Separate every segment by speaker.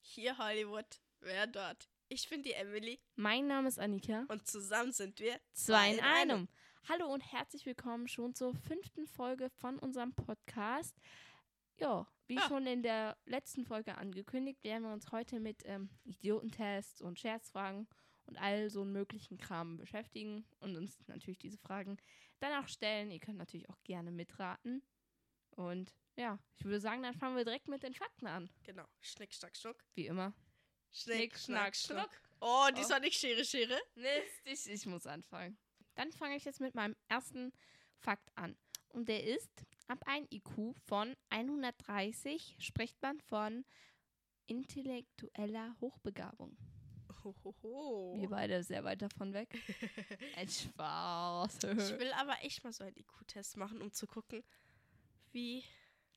Speaker 1: Hier Hollywood, wer dort? Ich bin die Emily
Speaker 2: Mein Name ist Annika.
Speaker 1: und zusammen sind wir
Speaker 2: Zwei in einem. Hallo und herzlich willkommen schon zur fünften Folge von unserem Podcast. Ja, wie
Speaker 1: Ja.
Speaker 2: schon in der letzten Folge angekündigt, werden wir uns heute mit ähm, Idiotentests und Scherzfragen und all so einen möglichen Kram beschäftigen und uns natürlich diese Fragen dann auch stellen. Ihr könnt natürlich auch gerne mitraten. Und ja, ich würde sagen, dann fangen wir direkt mit den Fakten an.
Speaker 1: Genau. Schnick, schnack, schnuck.
Speaker 2: Wie immer.
Speaker 1: Schnick,
Speaker 2: Schnick,
Speaker 1: schnack,
Speaker 2: schnack,
Speaker 1: schnuck. Oh, dies
Speaker 2: Oh.
Speaker 1: war nicht Schere, Schere.
Speaker 2: Mist, ich, ich muss anfangen. Dann fange ich jetzt mit meinem ersten Fakt an. Und der ist, ab einem IQ von 130 spricht man von intellektueller Hochbegabung.
Speaker 1: Hohoho.
Speaker 2: Wir beide sehr weit davon weg. Ein Spaß.
Speaker 1: Ich will aber echt mal so einen IQ-Test machen, um zu gucken, wie.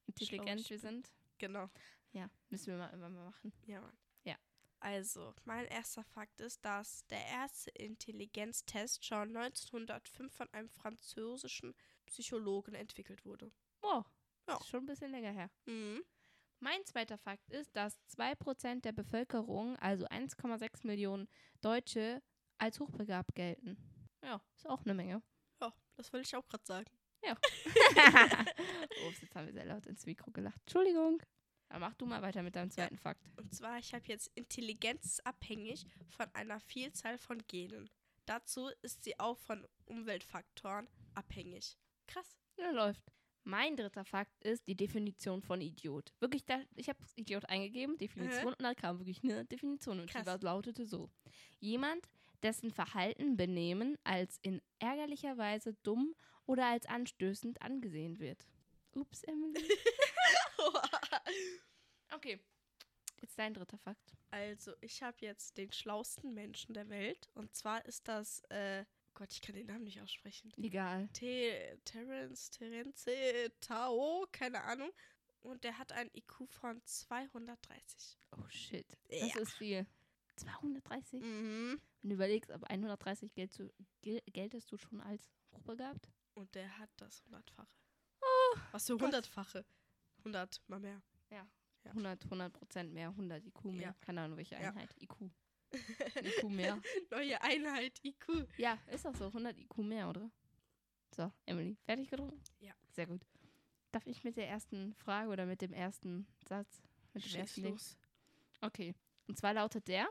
Speaker 2: Intelligent wir sind.
Speaker 1: Genau.
Speaker 2: Ja, müssen wir mal immer mal machen.
Speaker 1: Ja, Mann.
Speaker 2: Ja.
Speaker 1: Also, mein erster Fakt ist, dass der erste Intelligenztest schon 1905 von einem französischen Psychologen entwickelt wurde.
Speaker 2: Wow,
Speaker 1: Ja.
Speaker 2: ist schon ein bisschen länger her.
Speaker 1: Mhm.
Speaker 2: Mein zweiter Fakt ist, dass 2% der Bevölkerung, also 1,6 Millionen Deutsche, als hochbegabt gelten. Ja, ist auch eine Menge.
Speaker 1: Ja, das wollte ich auch gerade sagen.
Speaker 2: Ups, jetzt haben wir sehr laut ins Mikro gelacht. Entschuldigung. Dann mach du mal weiter mit deinem zweiten Fakt.
Speaker 1: Und zwar, ich habe jetzt Intelligenz ist abhängig von einer Vielzahl von Genen. Dazu ist sie auch von Umweltfaktoren abhängig. Krass.
Speaker 2: Ja, läuft. Mein dritter Fakt ist die Definition von Idiot. Wirklich, da, ich habe Idiot eingegeben, Definition, und da kam wirklich eine Definition. Und
Speaker 1: Äh? Krass.
Speaker 2: die war- lautete so. Jemand, dessen Verhalten, Benehmen als in ärgerlicher Weise dumm oder als anstößend angesehen wird. Ups, Emily. Okay. Jetzt dein dritter Fakt.
Speaker 1: also, ich habe jetzt den schlausten Menschen der Welt. Und zwar ist das, äh, Gott, ich kann den Namen nicht aussprechen.
Speaker 2: Egal.
Speaker 1: Te Terence, Terence, Tao, keine Ahnung. Und der hat ein IQ von 230.
Speaker 2: Oh shit.
Speaker 1: Ja.
Speaker 2: Das ist viel. 230?
Speaker 1: Mhm.
Speaker 2: Wenn du überlegst, ab 130 geltst du, gel geltest du schon als hochbegabt?
Speaker 1: Und der hat das hundertfache. Was für hundertfache? Hundert mal mehr. Ja.
Speaker 2: 100, 100 Prozent mehr, 100 IQ mehr.
Speaker 1: Ja.
Speaker 2: Keine Ahnung, welche
Speaker 1: Ja.
Speaker 2: Einheit. IQ. IQ mehr.
Speaker 1: Neue Einheit, IQ.
Speaker 2: Ja, ist doch so. 100 IQ mehr, oder? So, Emily, fertig gedruckt?
Speaker 1: Ja.
Speaker 2: Sehr gut. Darf ich mit der ersten Frage oder mit dem ersten Satz? Mit dem ersten Ding? Okay. Und zwar lautet der: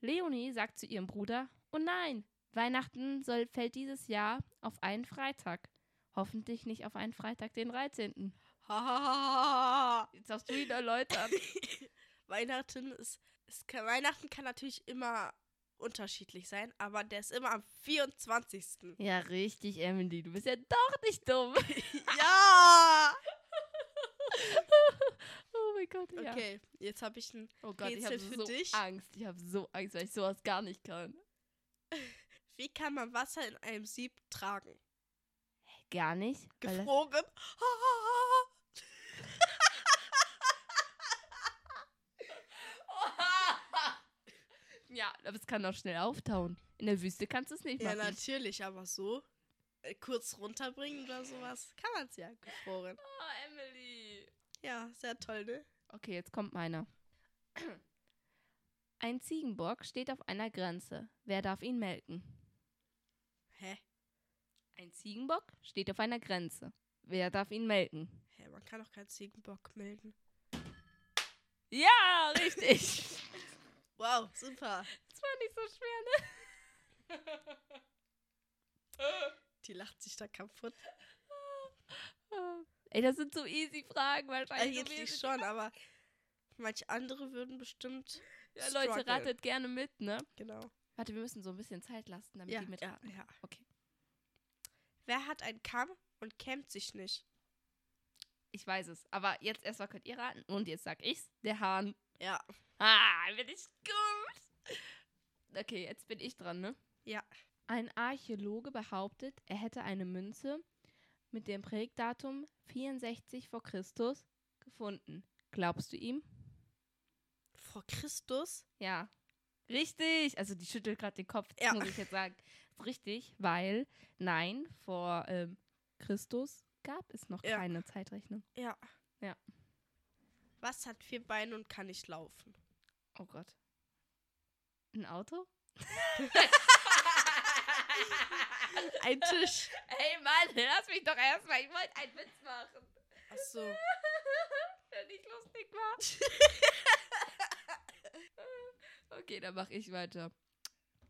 Speaker 2: Leonie sagt zu ihrem Bruder: Oh nein, Weihnachten soll, fällt dieses Jahr auf einen Freitag. Hoffentlich nicht auf einen Freitag, den 13.
Speaker 1: Ha, ha, ha, ha, ha.
Speaker 2: Jetzt hast du ihn erläutert.
Speaker 1: Weihnachten ist, ist. ke- Weihnachten kann natürlich immer unterschiedlich sein, aber der ist immer am 24.
Speaker 2: ja, richtig, Emily. Du bist ja doch nicht dumm.
Speaker 1: ja!
Speaker 2: oh mein Gott, ja.
Speaker 1: Okay, jetzt habe ich einen.
Speaker 2: Oh Gott, ich habe
Speaker 1: Rätsel für
Speaker 2: so
Speaker 1: dich.
Speaker 2: Angst. Ich habe so Angst, weil ich sowas gar nicht kann.
Speaker 1: Wie kann man Wasser in einem Sieb tragen?
Speaker 2: Gar nicht? Weil das,
Speaker 1: Gefroren? Ha, ha, ha, ha.
Speaker 2: ja, aber es kann doch schnell auftauen. In der Wüste kannst du es nicht
Speaker 1: ja,
Speaker 2: machen.
Speaker 1: natürlich, aber so. äh, Kurz runterbringen oder sowas. Kann man es ja, gefroren.
Speaker 2: Oh, Emily.
Speaker 1: Ja, sehr toll, ne?
Speaker 2: Okay, jetzt kommt meiner. Ein Ziegenbock steht auf einer Grenze. Wer darf ihn melken?
Speaker 1: Hä?
Speaker 2: Ein Ziegenbock steht auf einer Grenze. Wer darf ihn melken?
Speaker 1: Hä, man kann doch keinen Ziegenbock melden.
Speaker 2: Ja, richtig.
Speaker 1: Wow, super.
Speaker 2: das war nicht so schwer, ne?
Speaker 1: Die lacht sich da kaputt.
Speaker 2: Ah. Ey, das sind so easy Fragen wahrscheinlich. so
Speaker 1: Eigentlich
Speaker 2: easy-
Speaker 1: Also schon, aber manche andere würden bestimmt.
Speaker 2: ja, Leute,
Speaker 1: struggle.
Speaker 2: ratet gerne mit, ne?
Speaker 1: Genau.
Speaker 2: Warte, wir müssen so ein bisschen Zeit lassen, damit
Speaker 1: Ja,
Speaker 2: die mit.
Speaker 1: ja, ja.
Speaker 2: Okay.
Speaker 1: Wer hat einen Kamm und kämmt sich nicht?
Speaker 2: Ich weiß es. Aber jetzt erstmal könnt ihr raten. Und jetzt sag ich's. Der Hahn.
Speaker 1: Ja.
Speaker 2: Ah, bin ich gut. Okay, jetzt bin ich dran, ne?
Speaker 1: Ja.
Speaker 2: Ein Archäologe behauptet, er hätte eine Münze mit dem Prägdatum 64 vor Christus gefunden. Glaubst du ihm?
Speaker 1: Vor Christus?
Speaker 2: Ja. Richtig. Also die schüttelt gerade den Kopf, das
Speaker 1: Ja.
Speaker 2: muss ich jetzt sagen. Ist richtig, weil nein, vor ähm, Christus gab es noch
Speaker 1: Ja.
Speaker 2: keine Zeitrechnung.
Speaker 1: Ja.
Speaker 2: Ja.
Speaker 1: Was hat vier Beine und kann nicht laufen?
Speaker 2: Oh Gott. Ein Auto?
Speaker 1: Ein Tisch.
Speaker 2: Ey Mann, lass mich doch erstmal. Ich wollte einen Witz machen.
Speaker 1: Ach so.
Speaker 2: Der nicht lustig war. okay, dann mache ich weiter.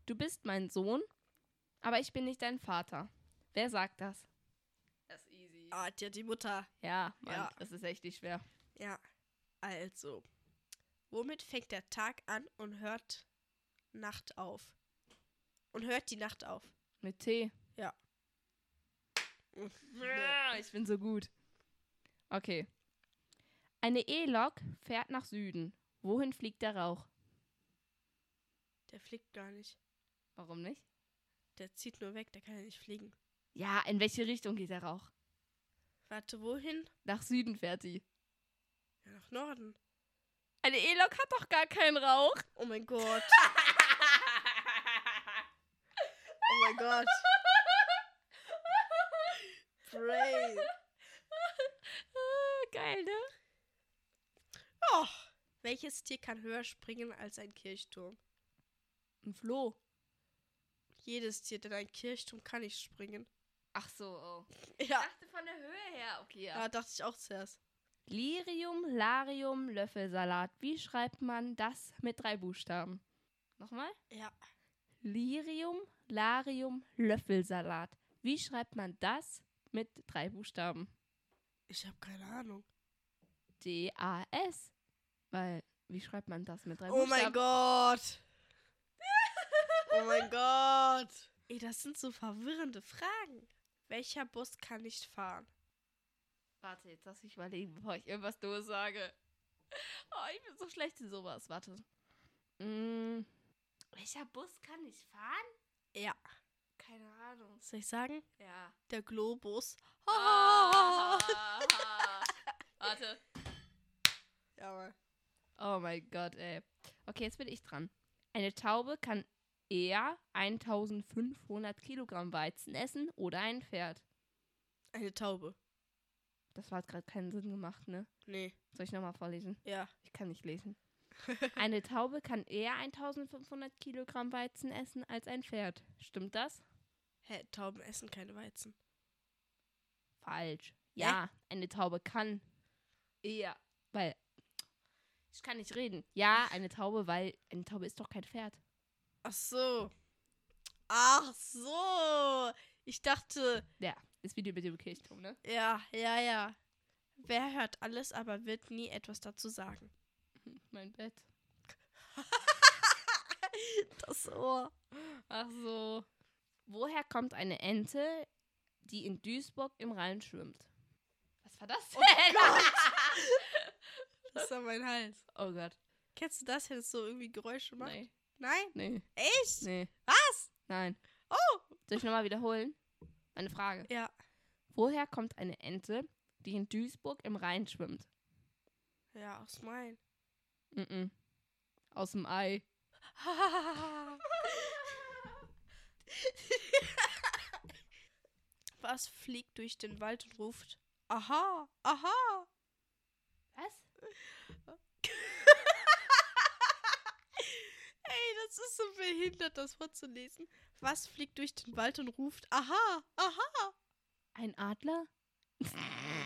Speaker 2: Du bist mein Sohn, aber ich bin nicht dein Vater. Wer sagt das? Das ist easy.
Speaker 1: Ah, die, die Mutter.
Speaker 2: Ja, Mann,
Speaker 1: Ja.
Speaker 2: das ist echt nicht schwer.
Speaker 1: Ja. Also. Womit fängt der Tag an und hört Nacht auf? Und hört die Nacht auf?
Speaker 2: Mit T.
Speaker 1: Ja.
Speaker 2: Ja, Ich bin so gut. Okay. Eine E-Lok fährt nach Süden. Wohin fliegt der Rauch?
Speaker 1: Der fliegt gar nicht.
Speaker 2: Warum nicht?
Speaker 1: Der zieht nur weg, der kann ja nicht fliegen.
Speaker 2: Ja, in welche Richtung geht der Rauch?
Speaker 1: Warte, wohin?
Speaker 2: Nach Süden fährt sie.
Speaker 1: Ja, nach Norden.
Speaker 2: Eine E-Lok hat doch gar keinen Rauch. Ah,
Speaker 1: Oh mein Gott. Oh mein Gott. Brain.
Speaker 2: Geil, ne?
Speaker 1: Oh. Welches Tier kann höher springen als ein Kirchturm?
Speaker 2: Ein Floh.
Speaker 1: Jedes Tier, denn ein Kirchturm kann nicht springen.
Speaker 2: Ach so, oh.
Speaker 1: Ja,
Speaker 2: dachte von der Höhe her, okay,
Speaker 1: da dachte ich auch zuerst.
Speaker 2: Lirium, Larium, Löffelsalat. Wie schreibt man das mit drei Buchstaben? Nochmal?
Speaker 1: Ja.
Speaker 2: Lirium, Larium, Löffelsalat. Wie schreibt man das mit drei Buchstaben?
Speaker 1: Ich habe keine Ahnung.
Speaker 2: D-A-S. Weil, wie schreibt man das mit drei
Speaker 1: Oh
Speaker 2: Buchstaben?
Speaker 1: mein Gott. Oh mein Gott. Ey, das sind so verwirrende Fragen. Welcher Bus kann nicht fahren?
Speaker 2: Warte, jetzt lass mich überlegen, bevor ich irgendwas Dummes sage. Oh, ich bin so schlecht in sowas. Warte. Mm. Welcher Bus kann ich fahren?
Speaker 1: Ja.
Speaker 2: Keine Ahnung.
Speaker 1: Soll ich sagen?
Speaker 2: Ja.
Speaker 1: Der Globus.
Speaker 2: Ah. Warte.
Speaker 1: Ja, Mann.
Speaker 2: Oh mein Gott, ey. Okay, jetzt bin ich dran. Eine Taube kann eher 1500 Kilogramm Weizen essen oder ein Pferd.
Speaker 1: Eine Taube.
Speaker 2: Das hat gerade keinen Sinn gemacht, ne?
Speaker 1: Nee.
Speaker 2: Soll ich nochmal vorlesen?
Speaker 1: Ja.
Speaker 2: Ich kann nicht lesen. Eine Taube kann eher 1500 Kilogramm Weizen essen als ein Pferd. Stimmt das?
Speaker 1: Hä, Tauben essen keine Weizen.
Speaker 2: Falsch.
Speaker 1: Hä?
Speaker 2: Ja, eine Taube kann eher, weil ich kann nicht reden. Ja, eine Taube, weil eine Taube ist doch kein Pferd.
Speaker 1: Ach so. Ach so. Ich dachte,
Speaker 2: Ja, ist wie die mit dem Kirchturm, ne?
Speaker 1: ja, ja, ja. Wer hört alles, aber wird nie etwas dazu sagen?
Speaker 2: Mein Bett.
Speaker 1: Das Ohr.
Speaker 2: Ach so. Woher kommt eine Ente, die in Duisburg im Rhein schwimmt? Was war das? Oh Gott!
Speaker 1: Das war mein Hals.
Speaker 2: oh Gott.
Speaker 1: Kennst du das? Hättest du so irgendwie Geräusche gemacht?
Speaker 2: Nee.
Speaker 1: Nein?
Speaker 2: Nee.
Speaker 1: Echt?
Speaker 2: Nee.
Speaker 1: Was?
Speaker 2: Nein.
Speaker 1: Oh!
Speaker 2: Soll ich nochmal wiederholen? Meine Frage.
Speaker 1: Ja.
Speaker 2: Woher kommt eine Ente, die in Duisburg im Rhein schwimmt?
Speaker 1: Ja, aus mein.
Speaker 2: Mm -mm. Aus dem Ei.
Speaker 1: Was fliegt durch den Wald und ruft? Aha, aha.
Speaker 2: Was?
Speaker 1: Ey, das ist so behindert, das vorzulesen. Was fliegt durch den Wald und ruft? Aha, aha.
Speaker 2: Ein Adler?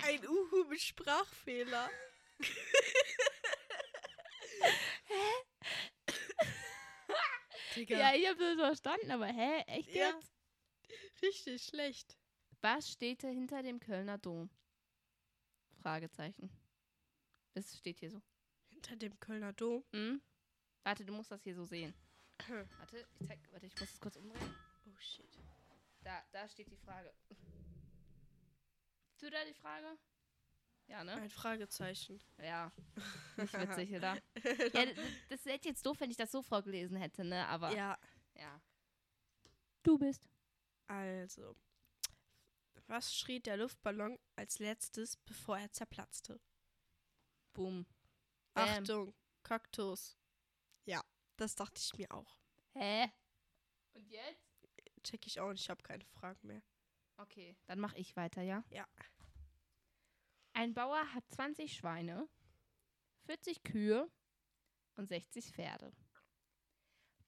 Speaker 1: Ein Uhu mit Sprachfehler. Hä? Digga,
Speaker 2: Ja, ich habe das verstanden, aber hä? Echt
Speaker 1: Ja.
Speaker 2: jetzt?
Speaker 1: richtig schlecht.
Speaker 2: Was steht da hinter dem Kölner Dom? Fragezeichen. Das steht hier so.
Speaker 1: Hinter dem Kölner Dom.
Speaker 2: Hm? Warte, du musst das hier so sehen. Warte, ich zeig, warte, ich muss es kurz umdrehen.
Speaker 1: Oh shit.
Speaker 2: Da, da steht die Frage. Du da die Frage? Ja, ne?
Speaker 1: Ein Fragezeichen.
Speaker 2: Ja. Nicht witzig, oder? Ja, das, das wäre jetzt doof, wenn ich das so vorgelesen hätte, ne? Aber ja.
Speaker 1: ja,
Speaker 2: Du bist.
Speaker 1: also. Was schrie der Luftballon als letztes, bevor er zerplatzte?
Speaker 2: Boom. Bam.
Speaker 1: Achtung, Kaktus. Ja, das dachte ich mir auch.
Speaker 2: Hä? Und jetzt?
Speaker 1: Check ich auch und ich habe keine Fragen mehr.
Speaker 2: Okay, dann mache ich weiter, ja?
Speaker 1: Ja.
Speaker 2: Ein Bauer hat 20 Schweine, 40 Kühe, und 60 Pferde.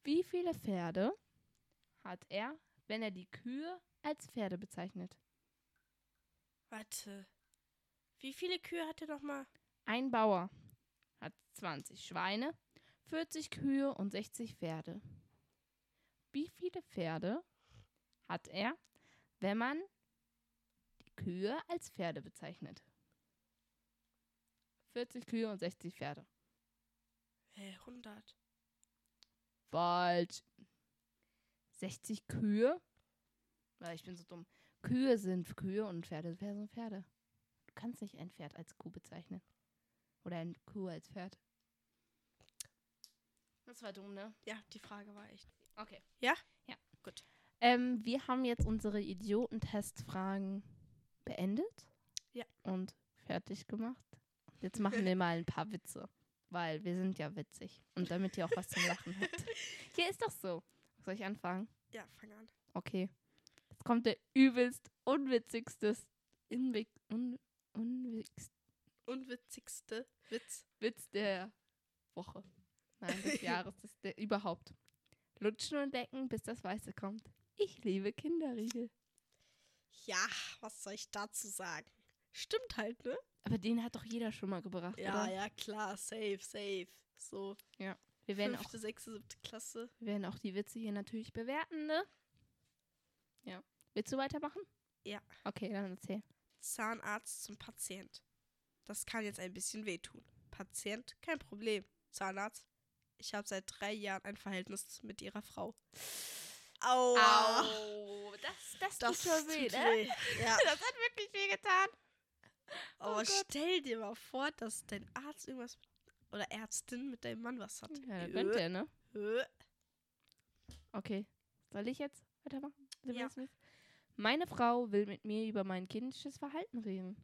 Speaker 2: Wie viele Pferde hat er, wenn er die Kühe als Pferde bezeichnet?
Speaker 1: Warte. Wie viele Kühe hat er nochmal?
Speaker 2: Ein Bauer hat 20 Schweine, 40 Kühe und 60 Pferde. Wie viele Pferde hat er, wenn man die Kühe als Pferde bezeichnet? 40 Kühe und 60 Pferde.
Speaker 1: Hä, 100.
Speaker 2: Falsch. 60 halt Kühe? Ah, ich bin so dumm. Kühe sind Kühe und Pferde sind Pferde. sind Pferde. Du kannst nicht ein Pferd als Kuh bezeichnen. Oder ein Kuh als Pferd. Das war dumm, ne?
Speaker 1: Ja, die Frage war echt.
Speaker 2: Okay.
Speaker 1: Ja?
Speaker 2: Ja.
Speaker 1: Gut.
Speaker 2: Ähm, wir haben jetzt unsere Idiotentestfragen beendet.
Speaker 1: Ja.
Speaker 2: Und fertig gemacht. Jetzt machen wir mal ein paar Witze. Weil wir sind ja witzig. Und damit ihr auch was zum Lachen habt. Hier ist doch so. Soll ich anfangen?
Speaker 1: Ja, fang an.
Speaker 2: Okay. Jetzt kommt der übelst unwitzigste, unwi un unwitzigste
Speaker 1: Unwitzigste Witz.
Speaker 2: Witz der Woche. Nein, des Jahres, des, der überhaupt. Lutschen und lecken, bis das Weiße kommt. Ich liebe Kinderriegel.
Speaker 1: Ja, was soll ich dazu sagen? Stimmt halt, ne?
Speaker 2: Aber den hat doch jeder schon mal gebracht,
Speaker 1: Ja,
Speaker 2: oder?
Speaker 1: ja, klar. Safe, safe. So,
Speaker 2: Wir werden, auch,
Speaker 1: fünfte, sechste, siebte Klasse.
Speaker 2: wir werden auch die Witze hier natürlich bewerten, ne? Ja. Willst du weitermachen?
Speaker 1: Ja.
Speaker 2: Okay, dann erzähl.
Speaker 1: Zahnarzt zum Patient. Das kann jetzt ein bisschen wehtun. Patient, kein Problem. Zahnarzt, ich habe seit drei Jahren ein Verhältnis mit ihrer Frau. Aua.
Speaker 2: das, das,
Speaker 1: Das
Speaker 2: tut schon weh,
Speaker 1: tut
Speaker 2: ne?
Speaker 1: weh. Ja.
Speaker 2: Das hat wirklich weh getan.
Speaker 1: Aber
Speaker 2: Oh Gott.
Speaker 1: stell dir mal vor, dass dein Arzt irgendwas oder Ärztin mit deinem Mann was hat.
Speaker 2: Ja, da
Speaker 1: Äh,
Speaker 2: gönnt er, ne?
Speaker 1: äh.
Speaker 2: Okay. Soll ich jetzt weitermachen? Will
Speaker 1: Ja.
Speaker 2: Smith? Meine Frau will mit mir über mein kindisches Verhalten reden.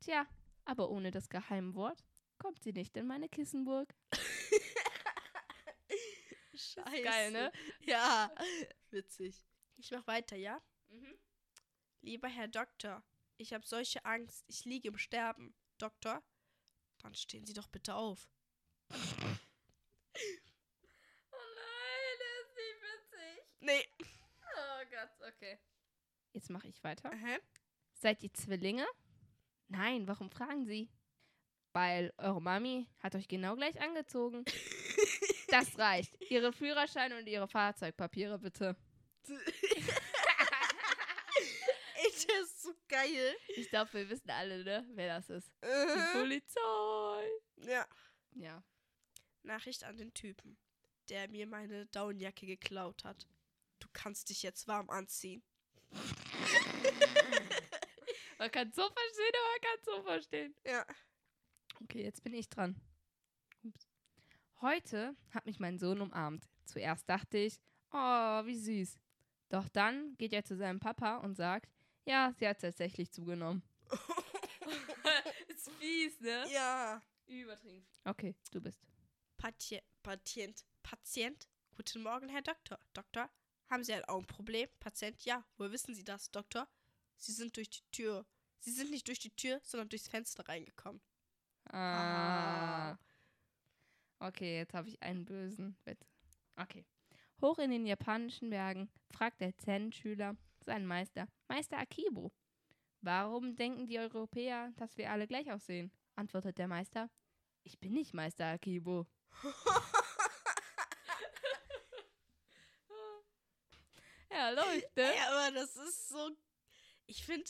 Speaker 2: Tja, aber ohne das Geheimwort kommt sie nicht in meine Kissenburg.
Speaker 1: Scheiße.
Speaker 2: geil, ne?
Speaker 1: Ja, witzig. Ich mach weiter, ja?
Speaker 2: Mhm.
Speaker 1: Lieber Herr Doktor, ich habe solche Angst. Ich liege im Sterben. Doktor, dann stehen Sie doch bitte auf.
Speaker 2: Oh nein, das ist nicht witzig.
Speaker 1: Nee.
Speaker 2: Oh Gott, okay. Jetzt mache ich weiter.
Speaker 1: Aha.
Speaker 2: Seid ihr Zwillinge? Nein, warum fragen sie? Weil eure Mami hat euch genau gleich angezogen. Das reicht. Ihre Führerscheine und ihre Fahrzeugpapiere bitte.
Speaker 1: Ey, der ist so geil.
Speaker 2: Ich glaube, wir wissen alle, ne, wer das ist. Die
Speaker 1: Äh,
Speaker 2: Polizei.
Speaker 1: ja.
Speaker 2: Ja.
Speaker 1: Nachricht an den Typen, der mir meine Downjacke geklaut hat. Du kannst dich jetzt warm anziehen.
Speaker 2: Man kann es so verstehen, aber man kann es so verstehen.
Speaker 1: Ja.
Speaker 2: Okay, jetzt bin ich dran. Ups. Heute hat mich mein Sohn umarmt. Zuerst dachte ich, oh, wie süß. Doch dann geht er zu seinem Papa und sagt, ja, sie hat tatsächlich zugenommen. ist fies, ne?
Speaker 1: ja.
Speaker 2: Übertrieben. Okay, du bist.
Speaker 1: Patient, Patient, Patient. Guten Morgen, Herr Doktor. Doktor, haben Sie ein Augenproblem? Patient, ja. Woher wissen Sie das, Doktor? Sie sind durch die Tür. Sie sind nicht durch die Tür, sondern durchs Fenster reingekommen.
Speaker 2: Ah. Okay, jetzt habe ich einen bösen Witz. Okay. Hoch in den japanischen Bergen fragt der Zen-Schüler seinen Meister, Meister Akibo, warum denken die Europäer, dass wir alle gleich aussehen? Antwortet der Meister, ich bin nicht Meister Akibo. ja, läuft, ne?
Speaker 1: Ja, aber das ist so. Ich finde,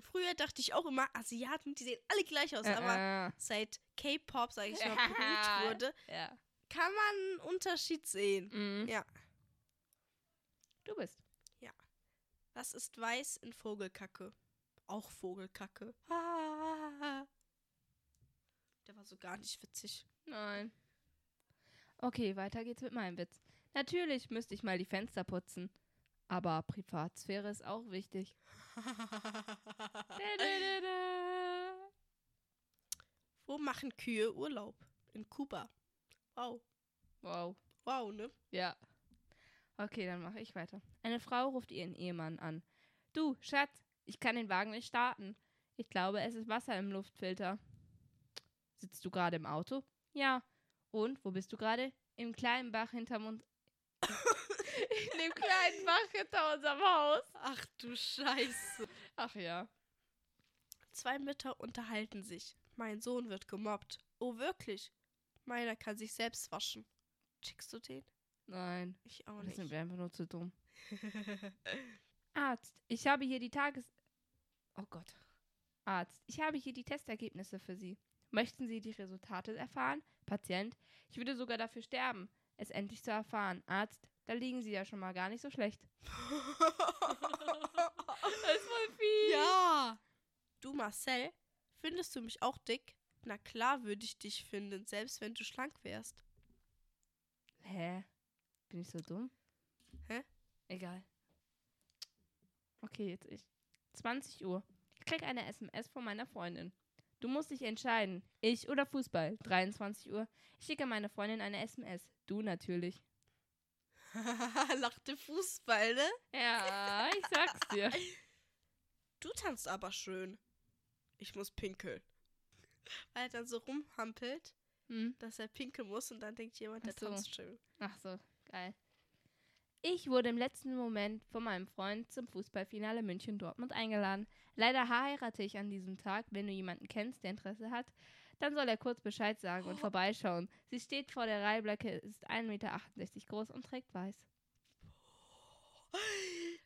Speaker 1: früher dachte ich auch immer, Asiaten, die sehen alle gleich aus.
Speaker 2: Äh,
Speaker 1: Aber
Speaker 2: äh,
Speaker 1: seit K-Pop, sage ich mal, berühmt wurde,
Speaker 2: ja.
Speaker 1: kann man einen Unterschied sehen.
Speaker 2: Mhm.
Speaker 1: Ja.
Speaker 2: Du bist.
Speaker 1: Was ist weiß in Vogelkacke? Auch Vogelkacke. Ah. Der war so gar nicht witzig.
Speaker 2: Nein. Okay, weiter geht's mit meinem Witz. Natürlich müsste ich mal die Fenster putzen. Aber Privatsphäre ist auch wichtig. Da-da-da-da.
Speaker 1: Wo machen Kühe Urlaub? In Kuba. Wow.
Speaker 2: Wow.
Speaker 1: Wow, ne?
Speaker 2: Ja. Okay, dann mache ich weiter. Eine Frau ruft ihren Ehemann an. Du, Schatz, ich kann den Wagen nicht starten. Ich glaube, es ist Wasser im Luftfilter. Sitzt du gerade im Auto? Ja. Und wo bist du gerade? Im kleinen Bach hinterm uns. In dem kleinen Bach hinter unserem Haus.
Speaker 1: Ach du Scheiße.
Speaker 2: Ach ja.
Speaker 1: Zwei Mütter unterhalten sich. Mein Sohn wird gemobbt. Oh, wirklich? Meiner kann sich selbst waschen. Checkst du den?
Speaker 2: Nein.
Speaker 1: Ich auch
Speaker 2: Da
Speaker 1: nicht.
Speaker 2: sind wir einfach nur zu dumm. Arzt, ich habe hier die Tages. Oh Gott. Arzt, ich habe hier die Testergebnisse für Sie. Möchten Sie die Resultate erfahren? Patient, ich würde sogar dafür sterben, es endlich zu erfahren. Arzt, da liegen Sie ja schon mal gar nicht so schlecht. Das ist voll viel.
Speaker 1: ja. Du, Marcel, findest du mich auch dick? Na klar würde ich dich finden, selbst wenn du schlank wärst.
Speaker 2: Hä? Bin ich so dumm?
Speaker 1: Hä?
Speaker 2: Egal. Okay, jetzt ich. 20 Uhr. Ich krieg eine SMS von meiner Freundin. Du musst dich entscheiden. Ich oder Fußball. 23 Uhr. Ich schicke meiner Freundin eine SMS. Du natürlich.
Speaker 1: Lachte Fußball, ne?
Speaker 2: Ja, ich sag's dir.
Speaker 1: Du tanzt aber schön. Ich muss pinkeln. Weil er dann so rumhampelt,
Speaker 2: Hm.
Speaker 1: dass er pinkeln muss und dann denkt jemand, der
Speaker 2: Ach so.
Speaker 1: tanzt schön.
Speaker 2: Ach so, geil. Ich wurde im letzten Moment von meinem Freund zum Fußballfinale München-Dortmund eingeladen. Leider heirate ich an diesem Tag. Wenn du jemanden kennst, der Interesse hat, dann soll er kurz Bescheid sagen und
Speaker 1: Oh.
Speaker 2: vorbeischauen. Sie steht vor der Reihenblöcke, ist 1,68 Meter groß und trägt weiß.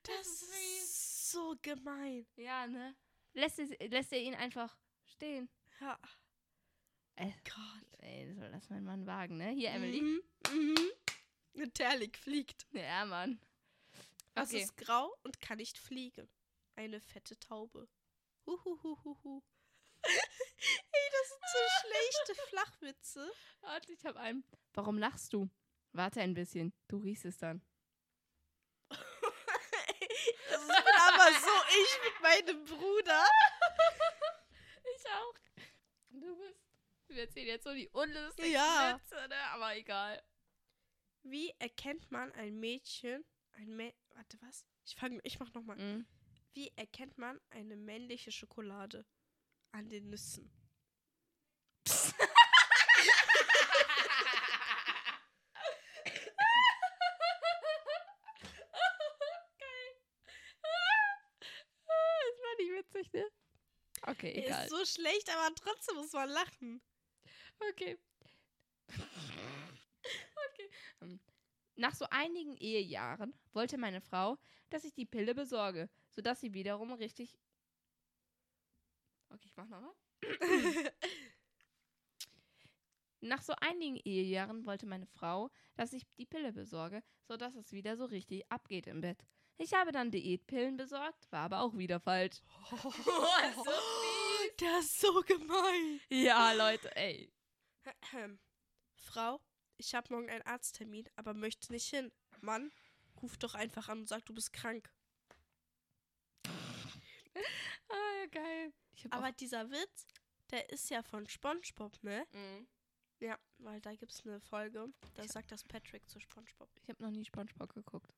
Speaker 1: Das ist so gemein.
Speaker 2: Ja, ne? Lässt, es, lässt er ihn einfach stehen.
Speaker 1: Ja.
Speaker 2: Äh.
Speaker 1: Gott.
Speaker 2: Ey, soll das mein Mann wagen, ne? Hier, Emily.
Speaker 1: Mhm. Mhm. Eine Terlik fliegt.
Speaker 2: Ja, Mann.
Speaker 1: Was
Speaker 2: Okay.
Speaker 1: ist grau und kann nicht fliegen? Eine fette Taube. Huhuhuhuhu. Ey, das sind so schlechte Flachwitze.
Speaker 2: Warte, ich habe einen. Warum lachst du? Warte ein bisschen. Du riechst es dann.
Speaker 1: Das Also, bin aber so ich mit meinem Bruder.
Speaker 2: Ich auch. Du bist. Wir erzählen jetzt so die unlustigsten
Speaker 1: Ja.
Speaker 2: Witze, ne? Aber egal.
Speaker 1: Wie erkennt man ein Mädchen, ein Mä warte, was? Ich fange, ich mach nochmal.
Speaker 2: Mhm.
Speaker 1: Wie erkennt man eine männliche Schokolade? An den Nüssen.
Speaker 2: Das war nicht witzig, ne? Okay, egal.
Speaker 1: Ist so schlecht, aber trotzdem muss man lachen.
Speaker 2: Okay. okay. Ähm, Nach so einigen Ehejahren wollte meine Frau, dass ich die Pille besorge, sodass sie wiederum richtig. Okay, ich mach nochmal. Nach so einigen Ehejahren wollte meine Frau, dass ich die Pille besorge, sodass es wieder so richtig abgeht im Bett. Ich habe dann Diätpillen besorgt, war aber auch wieder falsch. ist so fies.
Speaker 1: Der ist so gemein.
Speaker 2: Ja, Leute, ey.
Speaker 1: Ahem. Frau, ich habe morgen einen Arzttermin, aber möchte nicht hin. Mann, ruf doch einfach an und sag, du bist krank.
Speaker 2: Ah, ja, geil. Ich hab
Speaker 1: Aber dieser Witz, der ist ja von SpongeBob, ne?
Speaker 2: auch, Mhm.
Speaker 1: Ja, weil da gibt's eine Folge, da sagt das Patrick zu SpongeBob.
Speaker 2: ich habe noch nie SpongeBob geguckt.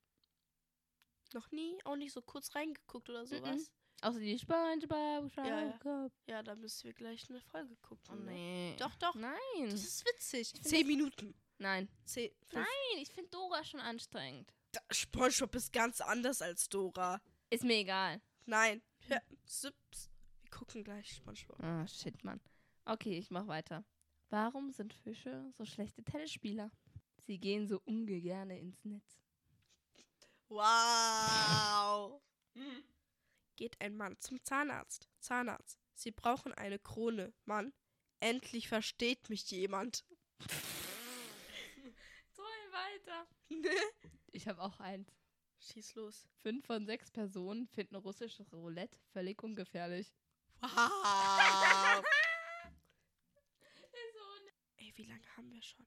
Speaker 1: Noch nie, auch nicht so kurz reingeguckt oder sowas.
Speaker 2: Außer die SpongeBob
Speaker 1: ja.
Speaker 2: SpongeBob.
Speaker 1: Ja, da müssen wir gleich eine Folge gucken.
Speaker 2: Oh
Speaker 1: ne?
Speaker 2: nee.
Speaker 1: Doch, doch.
Speaker 2: Nein.
Speaker 1: Das ist witzig.
Speaker 2: find
Speaker 1: Zehn Minuten.
Speaker 2: Nein.
Speaker 1: Zehn, fünf.
Speaker 2: Nein, ich finde Dora schon anstrengend.
Speaker 1: Da- SpongeBob ist ganz anders als Dora.
Speaker 2: Ist mir egal.
Speaker 1: Nein. Hör, sips. Wir gucken gleich SpongeBob.
Speaker 2: Ah, shit, Mann. Okay, ich mach weiter. Warum sind Fische so schlechte Tennisspieler? Sie gehen so ungerne ins Netz.
Speaker 1: Wow. Geht ein Mann zum Zahnarzt. Zahnarzt. Sie brauchen eine Krone. Mann, endlich versteht mich jemand.
Speaker 2: Toll, weiter. Ich habe auch eins.
Speaker 1: Schieß los.
Speaker 2: Fünf von sechs Personen finden russisches Roulette völlig ungefährlich.
Speaker 1: Wow. Ey, wie lange haben wir schon?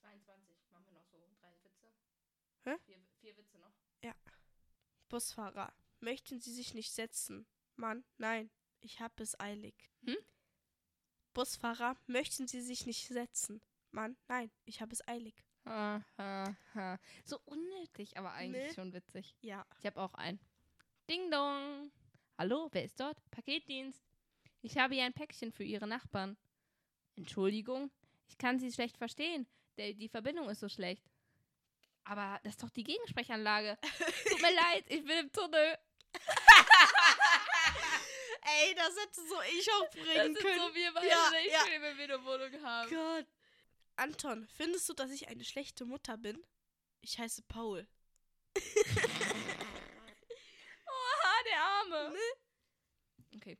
Speaker 2: 22. Machen wir noch so drei Witze.
Speaker 1: Hä?
Speaker 2: Vier, vier Witze noch.
Speaker 1: Busfahrer. Möchten Sie sich nicht setzen? Mann, nein, ich hab es eilig.
Speaker 2: Hm?
Speaker 1: Busfahrer, möchten Sie sich nicht setzen? Mann, nein, ich hab es eilig.
Speaker 2: Ha, ha, ha. So unnötig, aber eigentlich
Speaker 1: Ne?
Speaker 2: schon witzig.
Speaker 1: Ja.
Speaker 2: Ich habe auch einen. Ding dong. Hallo, wer ist dort? Paketdienst. Ich habe hier ein Päckchen für Ihre Nachbarn. Entschuldigung, ich kann Sie schlecht verstehen. Der, die Verbindung ist so schlecht. Aber das ist doch die Gegensprechanlage. Tut mir leid, ich bin im Tunnel.
Speaker 1: Ey, das hätte so ich auch
Speaker 2: Das
Speaker 1: bringen
Speaker 2: sind
Speaker 1: können.
Speaker 2: so wir beide,
Speaker 1: Ja,
Speaker 2: ich
Speaker 1: ja.
Speaker 2: will, wenn wir eine Wohnung haben.
Speaker 1: Gott. Anton, findest du, dass ich eine schlechte Mutter bin? Ich heiße Paul.
Speaker 2: Oha, Ah, der Arme. Okay.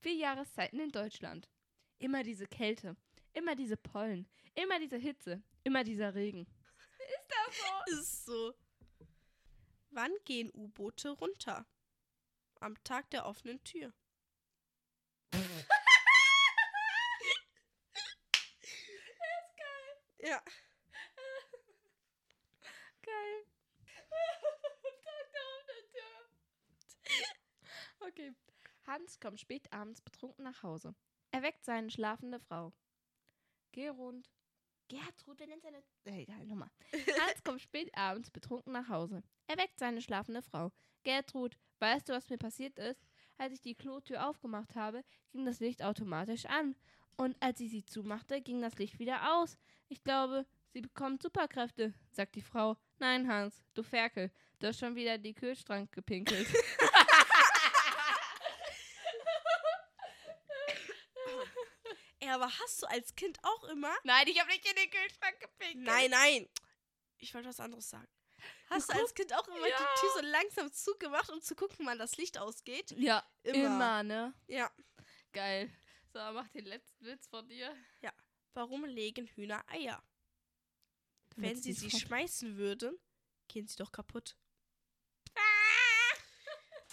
Speaker 2: Vier Jahreszeiten in Deutschland. Immer diese Kälte, immer diese Pollen, immer diese Hitze, immer dieser Regen.
Speaker 1: Ist so. Wann gehen U-Boote runter? Am Tag der offenen Tür. ist geil. Ja.
Speaker 2: Geil. Tag der offenen Tür. Okay. Hans kommt spät abends betrunken nach Hause. Er weckt seine schlafende Frau. Gerund. Gertrud, wer nennt seine. Äh, egal, nochmal. Hans kommt spät abends betrunken nach Hause. Er weckt seine schlafende Frau. Gertrud, weißt du, was mir passiert ist? Als ich die Klotür aufgemacht habe, ging das Licht automatisch an. Und als ich sie zumachte, ging das Licht wieder aus. Ich glaube, sie bekommt Superkräfte, sagt die Frau. Nein, Hans, du Ferkel, du hast schon wieder die Kühlschrank gepinkelt.
Speaker 1: Ey, aber hast du als Kind auch immer?
Speaker 2: nein, ich habe nicht in den Kühlschrank gepinkelt.
Speaker 1: Nein, nein. Ich wollte was anderes sagen. Hast du als Kind auch immer
Speaker 2: Ja.
Speaker 1: die Tür so langsam zugemacht, um zu gucken, wann das Licht ausgeht?
Speaker 2: Ja, immer, ne?
Speaker 1: Ja.
Speaker 2: Geil. So, mach den letzten Witz von dir.
Speaker 1: Warum legen Hühner Eier? Wenn
Speaker 2: Damit
Speaker 1: sie
Speaker 2: nicht
Speaker 1: sie
Speaker 2: froh-
Speaker 1: schmeißen würden, gehen sie doch kaputt.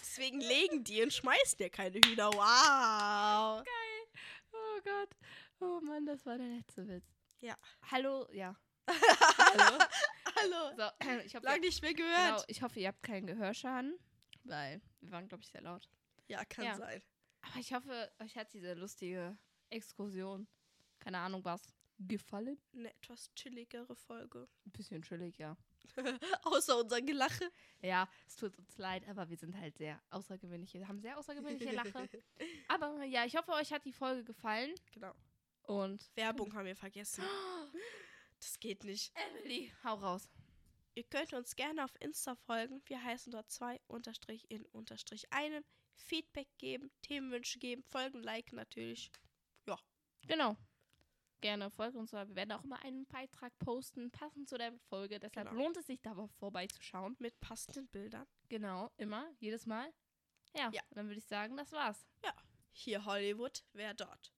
Speaker 1: Deswegen legen die und schmeißen ja keine Hühner. Wow.
Speaker 2: Oh Gott. Oh Mann, das war der letzte Witz.
Speaker 1: Ja.
Speaker 2: Hallo, ja. Hallo.
Speaker 1: Hallo.
Speaker 2: So, ich hoffe,
Speaker 1: Lang nicht mehr gehört.
Speaker 2: genau, ich hoffe, ihr habt keinen Gehörschaden, weil wir waren, glaube ich, sehr laut.
Speaker 1: Ja, kann
Speaker 2: Ja.
Speaker 1: sein.
Speaker 2: Aber ich hoffe, euch hat diese lustige Exkursion, keine Ahnung was, gefallen.
Speaker 1: Eine etwas chilligere Folge.
Speaker 2: Ein bisschen chillig, ja.
Speaker 1: Außer unser Gelache.
Speaker 2: Ja, es tut uns leid, aber wir sind halt sehr außergewöhnliche, wir haben sehr außergewöhnliche Lache. aber ja, ich hoffe, euch hat die Folge gefallen
Speaker 1: Genau.
Speaker 2: und
Speaker 1: Werbung haben wir vergessen. Das geht nicht.
Speaker 2: Emily, hau raus.
Speaker 1: Ihr könnt uns gerne auf Insta folgen. Wir heißen dort 2 unterstrich in unterstrich einem. Feedback geben, Themenwünsche geben, Folgen liken natürlich.
Speaker 2: Genau. Gerne folgt uns. Wir werden auch immer einen Beitrag posten, passend zu der Folge. Deshalb
Speaker 1: Genau.
Speaker 2: lohnt es sich, da vorbeizuschauen.
Speaker 1: Mit passenden Bildern.
Speaker 2: Genau, immer, jedes Mal. Ja,
Speaker 1: Ja.
Speaker 2: dann würde ich sagen, das war's.
Speaker 1: Hier Hollywood, wer dort?